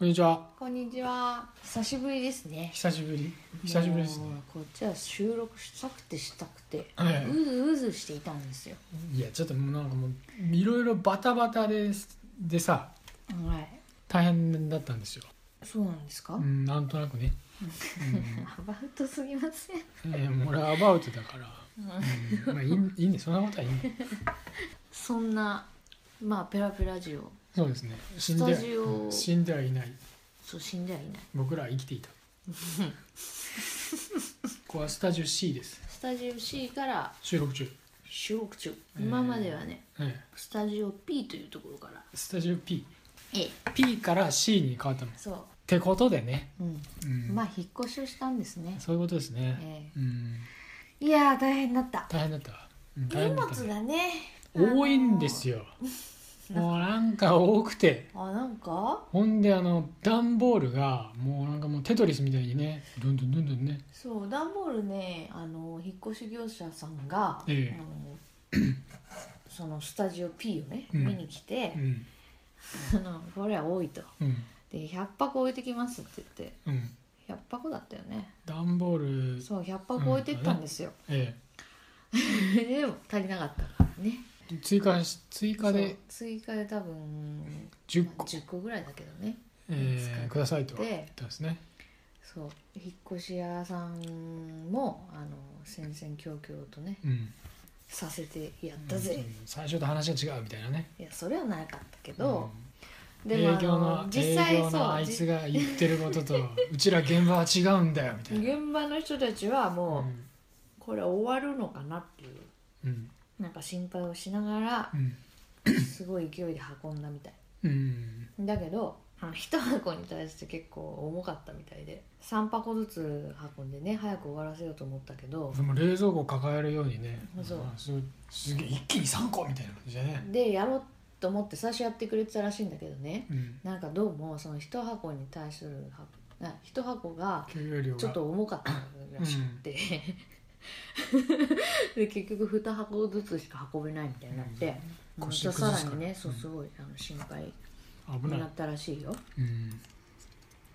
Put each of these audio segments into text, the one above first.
にちは。こんにちは。久しぶりですね。久しぶり。久しぶりですねも。うこっちは収録したくてしたくて、ええうずうずしていたんですよ。いや、ちょっともうなんかもう、いろいろバタバタです。でさ、はい。大変だったんですよ。そうなんですか。うん、なんとなくね。アバウトすぎません。うん、えー、もう俺アバウトだから。うん、まあ、いい、いいね、そんなことはいいね。そんな、まあペラペラジオ、そうですね。死んスでタジオうん死んではいない。そう死んではいない。僕らは生きて いた。ここはスタジオ C です。スタジオ C から収録中。収録中。ええ今まではね、えスタジオ P というところから、えスタジオ P。ええ、 P から C に変わったの。っそてことでね。う、うん、うん、まあ引っ越しをしたんですね。そういうことですね。えうん、え、いやー大変だった。大変だったわ。うん大荷変だ物ったねがね、多いんですよ。もうなんか多くて。あのー。あなんか。ほんであの段ボールがもうなんかもうテトリスみたいにねどんどんどんどんねそう段ボールねあの引っ越し業者さんが、ええあのそのスタジオ P をね、うん見に来てう、んあのこれは多いとうんで100箱置いてきますって言ってうん100箱だったよね段ボールそう100箱置いてったんですよ、えでも足りなかったからねえ追加し追加そうで追加で多分10まあ個、 10個ぐらいだけどねええくださいとはで言ったんですねそう引っ越し屋さんもあの戦々恐々とねうんさせてやったぜ、うんうん最初と話が違うみたいなねいやそれはなかったけど、うんで営もあ業のの営実際業そうのあいつじが言ってることとうちら現場は違うんだよみたいな現場の人たちはもう、うんこれ終わるのかなっていううんなんか心配をしながらうんすごい勢いで運んだみたいうんだけどあの一箱に対して結構重かったみたいで3箱ずつ運んでね早く終わらせようと思ったけどでも冷蔵庫抱えるようにねそうあすすげえ一気に3個みたいな感じでね、でやろうと思って最初やってくれてたらしいんだけどねうん、なんかどうもその一箱に対する箱な一箱が給料量がちょっと重かったらしくて、で結局2箱ずつしか運べないみたいになって、うんま腰たさ崩らすからにね、そううんすごいあの心配危にないなったらしいよ、うん、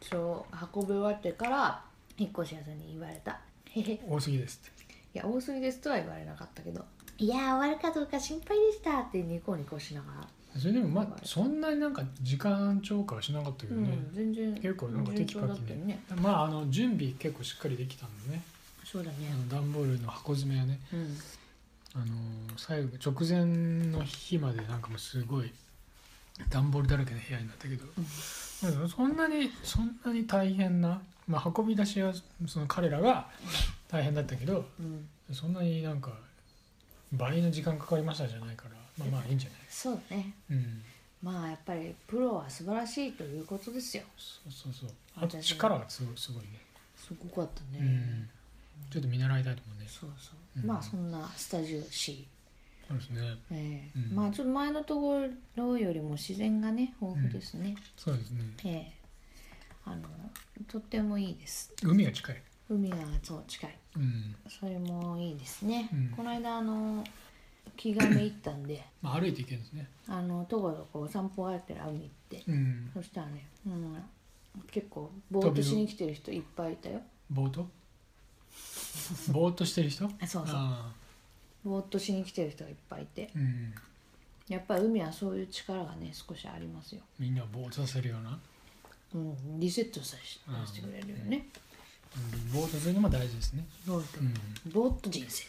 そう運び終わってから引っ越し屋さんに言われた「へへい多すぎですってや多すぎです」とは言われなかったけど「いやー終わるかどうか心配でした」ってニコニコしながら、それでもまやばあいそんなになんか時間超過はしなかったけうどね、ん全然結構なんかテキパキ順調だったねよねまああの準備結構しっかりできたんでねそうだねあの段ボールの箱詰めはねうんあの最後直前の日までなんかもうすごい段ボールだらけの部屋になったけど、うんそんなにそんなに大変な、まあ、運び出しはその彼らが大変だったけどうんそんなになんか倍の時間かかりましたじゃないからまあまあいいんじゃないそうだねうんまあやっぱりプロは素晴らしいということですよそうそうそうあと力がすごいすごいね、すごかったね、うん、ちょっと見習いたいと思うねそうそう、うんまあそんなスタジオ C、そうですねええうんまあちょっと前のところよりも自然がね豊富ですね、そうですねええあのとってもいいです海が近い海がそう近いうん、それもいいですね、うんこの間あの気がめ行ったんでまあ、歩いていけるんですねあのところこう散歩があってら海行ってうんそしたらね、うん、結構ぼーっとしに来てる人いっぱいいたよぼーっとぼーっとしてる人あそうそうあぼーっとしに来てる人がいっぱいいてあうんやっぱり海はそういう力がね少しありますよみんなをぼーっとさせるような、うん、リセットさせうんしてくれるよね。うん、ぼーっとするのも大事ですね、ぼーっとうん、ぼーっと人生。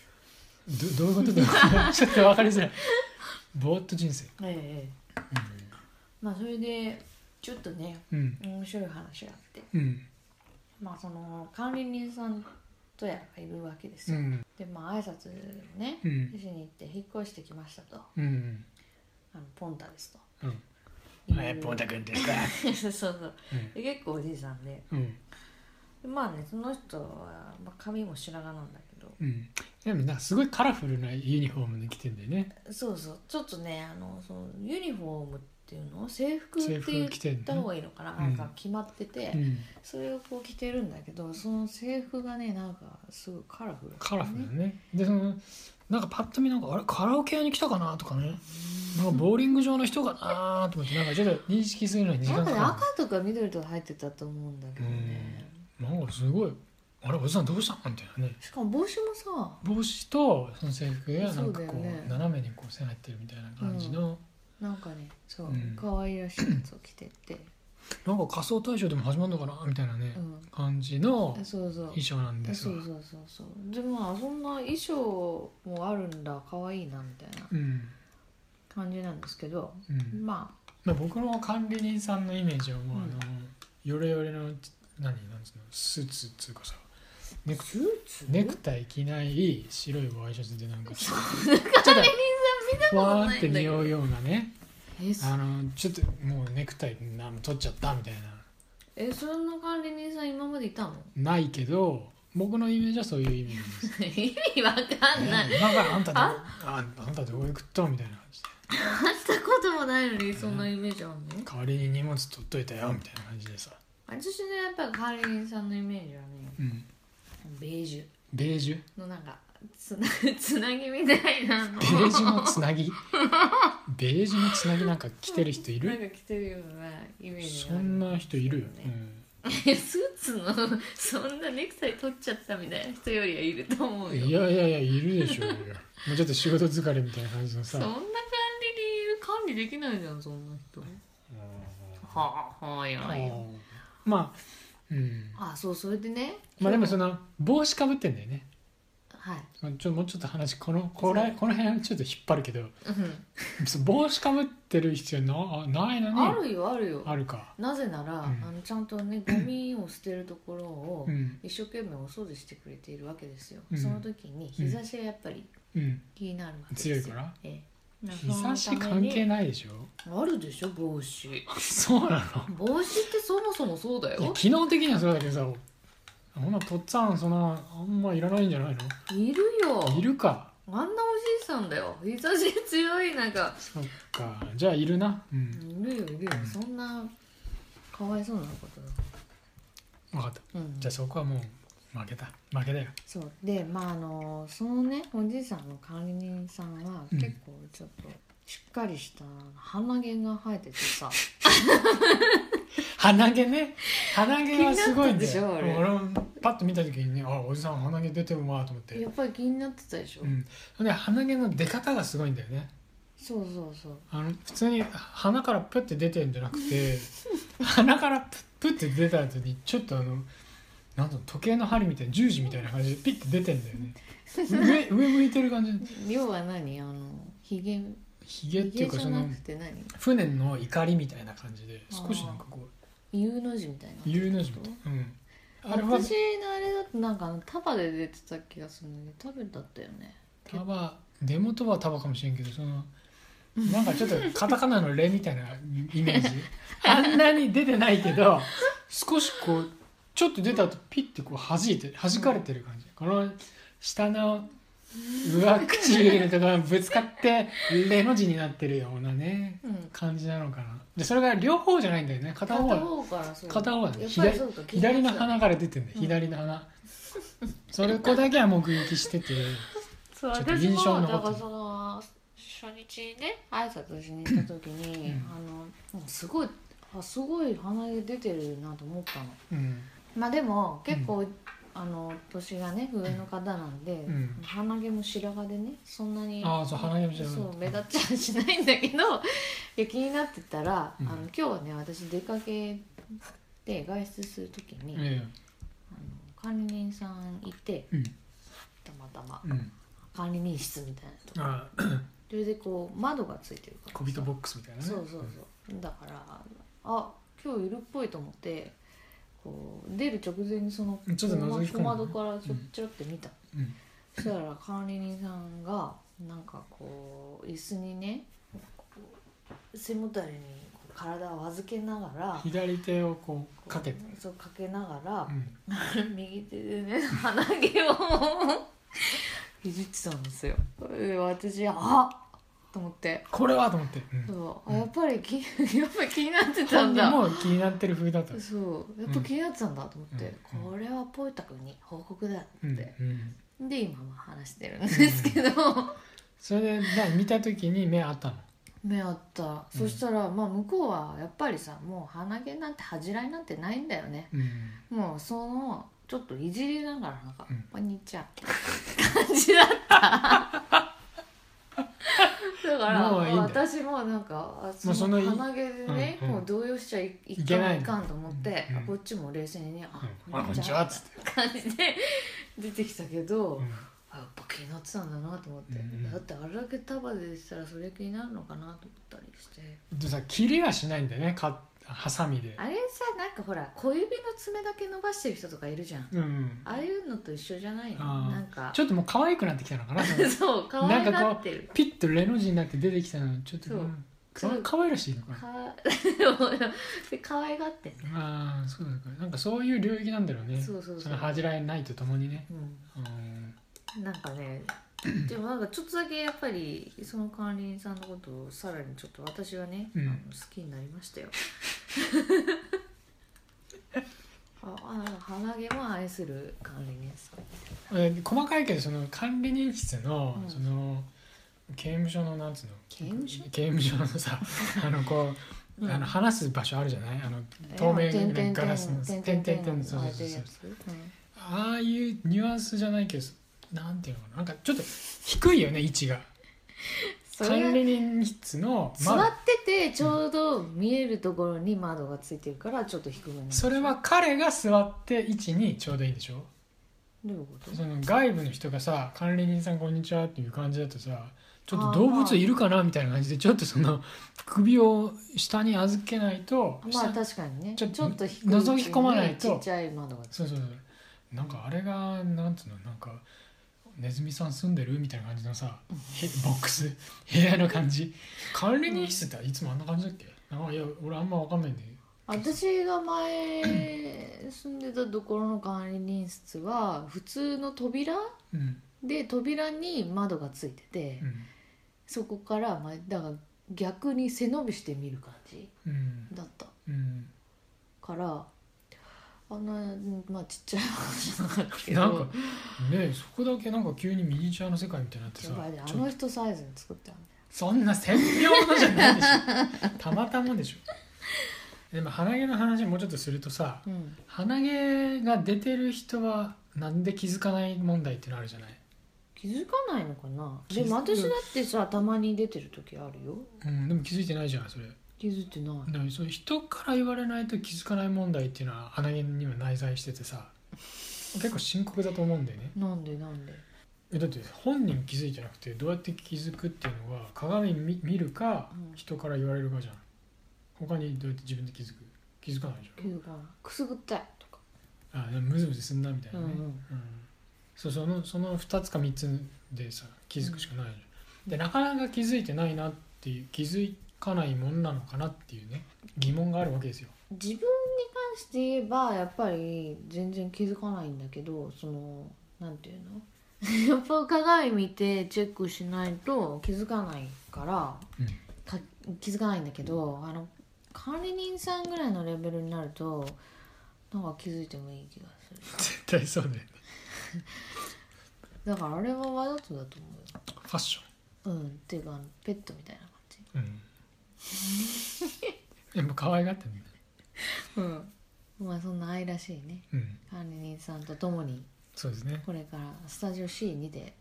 どどういうこと だちょっと分かりづらいぼーっと人生ええまあそれでちょっとねうんうん面白い話があって、うんまあその管理人さんとやらがいるわけですうよ。んでまあ挨拶をね、うんしに行って引っ越してきましたと、うんうんあのポンタですうと。んいうえーポンタ君ですか そうそう。で結構おじいさんで、うんうんでまあねその人はまあ髪も白髪なんだけど、うんでもなんかすごいカラフルなユニフォームに着てんだよねそうそうちょっとねあのそのユニフォームっていうの制服って制言服っ着てんただね方がいいのかな、んなんか決まってて、うんそれをこう着てるんだけどその制服がねなんかすごいカラフル、カラフルだねでそのなんかパッと見なんかあれカラオケ屋に来たかなとかねなんかボーリング場の人かなと思ってなんかちょっと認識するのに時な間んかかねか赤とか緑とか入ってたと思うんだけどねるなんかすごいあれおじさんどうしたのみたいなねしかも帽子もさ帽子とその制服がなんかそうだよこうね斜めにこう背入ってるみたいな感じの、なんかねそううん可愛、らしいやつを着てて、なんか仮装大賞でも始まるのかなみたいなね、うん、感じのあそうそう衣装なんですそわうそうそうそうでまあそんな衣装もあるんだ可愛いなみたいなうん感じなんですけどうんまあまあ、僕の管理人さんのイメージはもうあの、うんヨレヨレのち何なんつうのスーツっつうかさネクスーツネクタイ着ない白いワイシャツでなんかちょっとふことないわーんだっけてど匂うようなねえそあのちょっともうネクタイな取っちゃったみたいなえそんな管理人さん今までいたの ないけど僕のイメージはそういうイメージです意味わかんないねなんかあんたどうああんたどこ行くったみたいな感じで会ったこともないのにそんなイメージあんの代わりに荷物取っといたよみたいな感じでさ、私ねやっぱり管理人さんのイメージはねうん、ベージベージュュのなんかつな つなぎみたいなのベージュのつなぎベージュのつなぎなんか着てる人いなんるか着てるようなイメージそがあるんな人いるよ、えスーツのそんなネクタイ取っちゃったみたいな人よりはいると思う、うんよいやいやいやいるでしょうよもうちょっと仕事疲れみたいな感じのそさんな管理人管理できないじゃんそんな人はあはああやいーよまあうんあそうそれでねまあでもその帽子かぶってんだよねはいちょっともうちょっと話このこれそうこの辺ちょっと引っ張るけどうんそう帽子かぶってる必要なあないのに あるよあるよあるかなぜなら、うんあのちゃんとねゴミを捨てるところをうん一生懸命お掃除してくれているわけですよ、うんその時に日差しがやっぱりうん気になるわけですよ強いからええ日差し関係ないないでしょあるでしょ帽子 そうなの帽子ってそもそもそうだいやよ機能的にはそうだけどさほんなとっつぁんそんなあんまいらないんじゃないのいるよいるかあんなおじいさんだよ日差し強い中そっかじゃあいるなうんいるよいるよそんなかわいそうなことだ、分かったうん、じゃあそこはもう負けた負けだよそうでまああのそのねおじいさんの管理人さんはうん結構ちょっとしっかりした鼻毛が生えてて さ、鼻毛ね鼻毛はすごいん気になったでだしょよあれ俺もパッと見た時にねあおじさん鼻毛出てるわと思ってやっぱり気になってたでしょ、うんで鼻毛の出方がすごいんだよねそうそうそうあの普通に鼻からプッて出てるんじゃなく て鼻からプップッて出た後にちょっとあのなんだろう時計の針みたいな十字みたいな感じでピッて出てんだよね 上上向いてる感じ要は何あのひげひげっひていげうかじそゃなのくて何船の怒りみたいな感じで少しなんかこう U の字みたいな U の字みたいな、うん、あれは私のあれだとなんかあの束で出てた気がするんだけど束だったよね束出元は束かもしれんけどそのなんかちょっとカタカナの「レ」みたいなイメージあんなに出てないけど少しこうちょっと出た後ピッてこう弾いて弾かれてる感じこの下の上唇とかぶつかって「レ」の字になってるようなねうん感じなのかなでそれが両方じゃないんだよね片片方は方からそう片方はやっぱねり左そうか左の気になって鼻から出てんだようん左の鼻それこだけは目撃しててたそうちょっと私印象もにだ残ってるからその初日ね挨拶しに行った時に、うんあのすごいあすごい鼻毛出てるなと思ったのうんまあでも結構、あの年がね上の方なんで、ん鼻毛も白髪でねそんなにああそう鼻毛も白髪そう目立っちゃうしないんだけ どいや気になってたら、うんあの今日はね私出かけて外出する時に、あのえ管理人さんいてえうんたまたまうん管理人室みたいなとこあそれでこう窓がついてるからさ小人ボックスみたいなねそうそうそうだからあ今日いるっぽいと思ってこう出る直前にそのちょっと覗き込んだ小窓からちょちょって見た、うんそしたら管理人さんがなんかこう椅子にねこう背もたれにこう体を預けながら左手をこうかけてこうそうかけながらう、ん右手でね鼻毛をいじってたんですよで私あっと思ってこれはと思ってうんそううあんやっぱり気 やっぱり気になってたん本人だも気になってる風だったそうやっぱ気になってたんだと思って、うんこれはポイタ君に報告だって、うんうんで今は話してるんですけど、それでな見た時に目あったの目あったそしたら、まあ向こうはやっぱりさもう鼻毛なんて恥じらいなんてないんだよねうんもうそのちょっといじりながらなんか「うんこんにちは」感じだった だからもういいんだまあ私もなんかあそもうそのの鼻毛でね、うんうんもう動揺しちゃいいいけかなんいいかんと思って、うんうんこっちも冷静にね「うんあこんにちあは」こんにちはっつっって感じで出てきたけど、うんあやっぱ気になってたんだなと思って、うんうんだってあれだけ束でしたらそれ気になるのかなと思ったりしてでさ切りはしないんだよねかハサミであれさなんかほら小指の爪だけ伸ばしてる人とかいるじゃんうんうんああいうのと一緒じゃないのあーなんかちょっともう可愛くなってきたのかなその そう可愛がってるピッとレの字になって出てきたのちょっとそううんそかわう可愛らしいのかなか で可愛がってんねああそうだからなんかそういう領域なんだろうねそうそうそうの恥じらいないとともにねううんんなんかねでもなんかちょっとだけやっぱりその管理人さんのことをさらにちょっと私はね、うんあの好きになりましたよ ああ鼻毛も愛する管理人さんえー細かいけどその管理人室の、うんその刑務所のなんつうの刑務所刑務所のさあのこう、うんあの話す場所あるじゃないあの透明なガラスの点点々々点点々々そうのそあうてそうそるやうつうんああいうニュアンスじゃないけどなんていうのかななんかちょっと低いよね位置がそれ管が理人室の座っててちょうど見えるところに窓がついてるからちょっと低めなんですそれは彼が座って位置にちょうどいいんでしょどういうことその外部の人がさ「管理人さんこんにちは」っていう感じだとさちょっあとー動物いるかなみたいな感じでちょっとそ の首を下に預けないと、まあ下確かにねちちょょっとっと低い覗き込まないとちっちゃい窓がつそうそうそうなんかあれがなんつうのなんかネズミさん住んでるみたいな感じのさへボックス 部屋の感じ管理人室っていつもあんな感じだっけなんかいや俺あんま分かんないんで私が前住んでたところの管理人室は普通の扉うんで扉に窓がついててうんそこからまあだから逆に背伸びして見る感じうんだったうんからあんなまあちっちゃい話じゃなかったけどなんかねそこだけなんか急にミニチュアの世界みたいになってやさばいねあちょっとの人サイズに作ってあるねそんな専用のじゃないでしょたまたまでしょでも鼻毛の話もうちょっとするとさうん鼻毛が出てる人はなんで気づかない問題ってのあるじゃない気づかないのかな気づでくも私だってさたまに出てる時あるようん、でも気づいてないじゃんそれ気づいてないだからその人から言われないと気づかない問題っていうのは鼻毛には内在しててさ結構深刻だと思うんだよねなんでなんでえだって本人気づいてなくてどうやって気づくっていうのは鏡見見るかうん人から言われるかじゃん他にどうやって自分で気づく気づかないじ気づかないくすぐったいとかゃんあでもムズムズすんなみたいなね、うんうんそうそのその2つか3つでさ気づくしかないじゃん、でなかなか気づいてないなっていう気づかないもんなのかなっていうね疑問があるわけ ですよ自分に関して言えばやっぱり全然気づかないんだけどそのなんていうの やっぱ鏡見てチェックしないと気づかないから、うんか気づかないんだけどあの管理人さんぐらいのレベルになるとなんか気づいてもいい気がする絶対そうだよねだからあれはわざとだと思うよファッシうんっていうかあのペットみたいな感じョン うんやっぱ可愛がってんだねうんまあそんな愛らしいねうん管理人さんと共にそうですねこれからスタジオ C2 で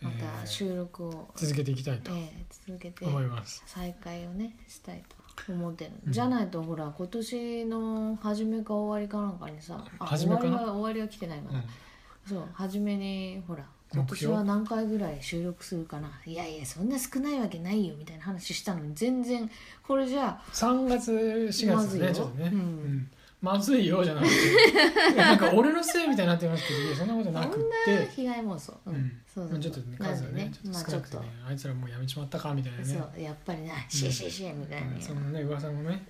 まえーた収録を、続けていきたいえとえ続けて思います、再開をねしたいと思ってる、うんじゃないとほら今年の初めか終わりかなんかにさあ初めかな終わりは終わりは来てないな、うんそう初めにほら今目年標は何回ぐらい収録するかないやいやそんな少ないわけないよみたいな話したのに全然これじゃあ3月4ま月ずいだよねちょっとね、うんまずいよじゃなく てなんか俺のせいみたいになってますけどいやそんなことなくって被害妄想、うんうんそうまそあうちょっとね数はねなんでちょっとま少あなくちてょっねあいつらもうやめちまったかみたいなとねそうやっぱりなシェシェシェみたいな、うんそのね噂もね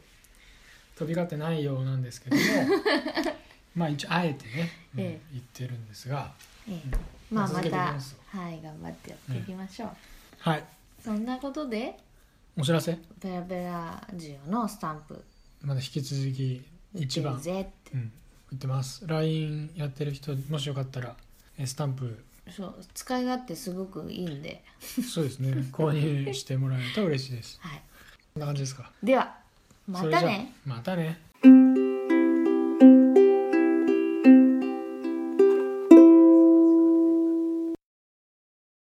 飛び交ってないようなんですけ どもまあ一応あえてね、うんええ言ってるんですがええまあま続けていきたはますい頑張ってやっていきましょう、はいそんなことでお知らせ「ベラベラジオ」のスタンプまだ引き続き1打番ってるぜってうん、売ってます LINE やってる人もしよかったらえースタンプそう使い勝手すごくいいんでそうですね 購入してもらえると嬉しいですはいこんな感じですかではまそれじたゃあねまたね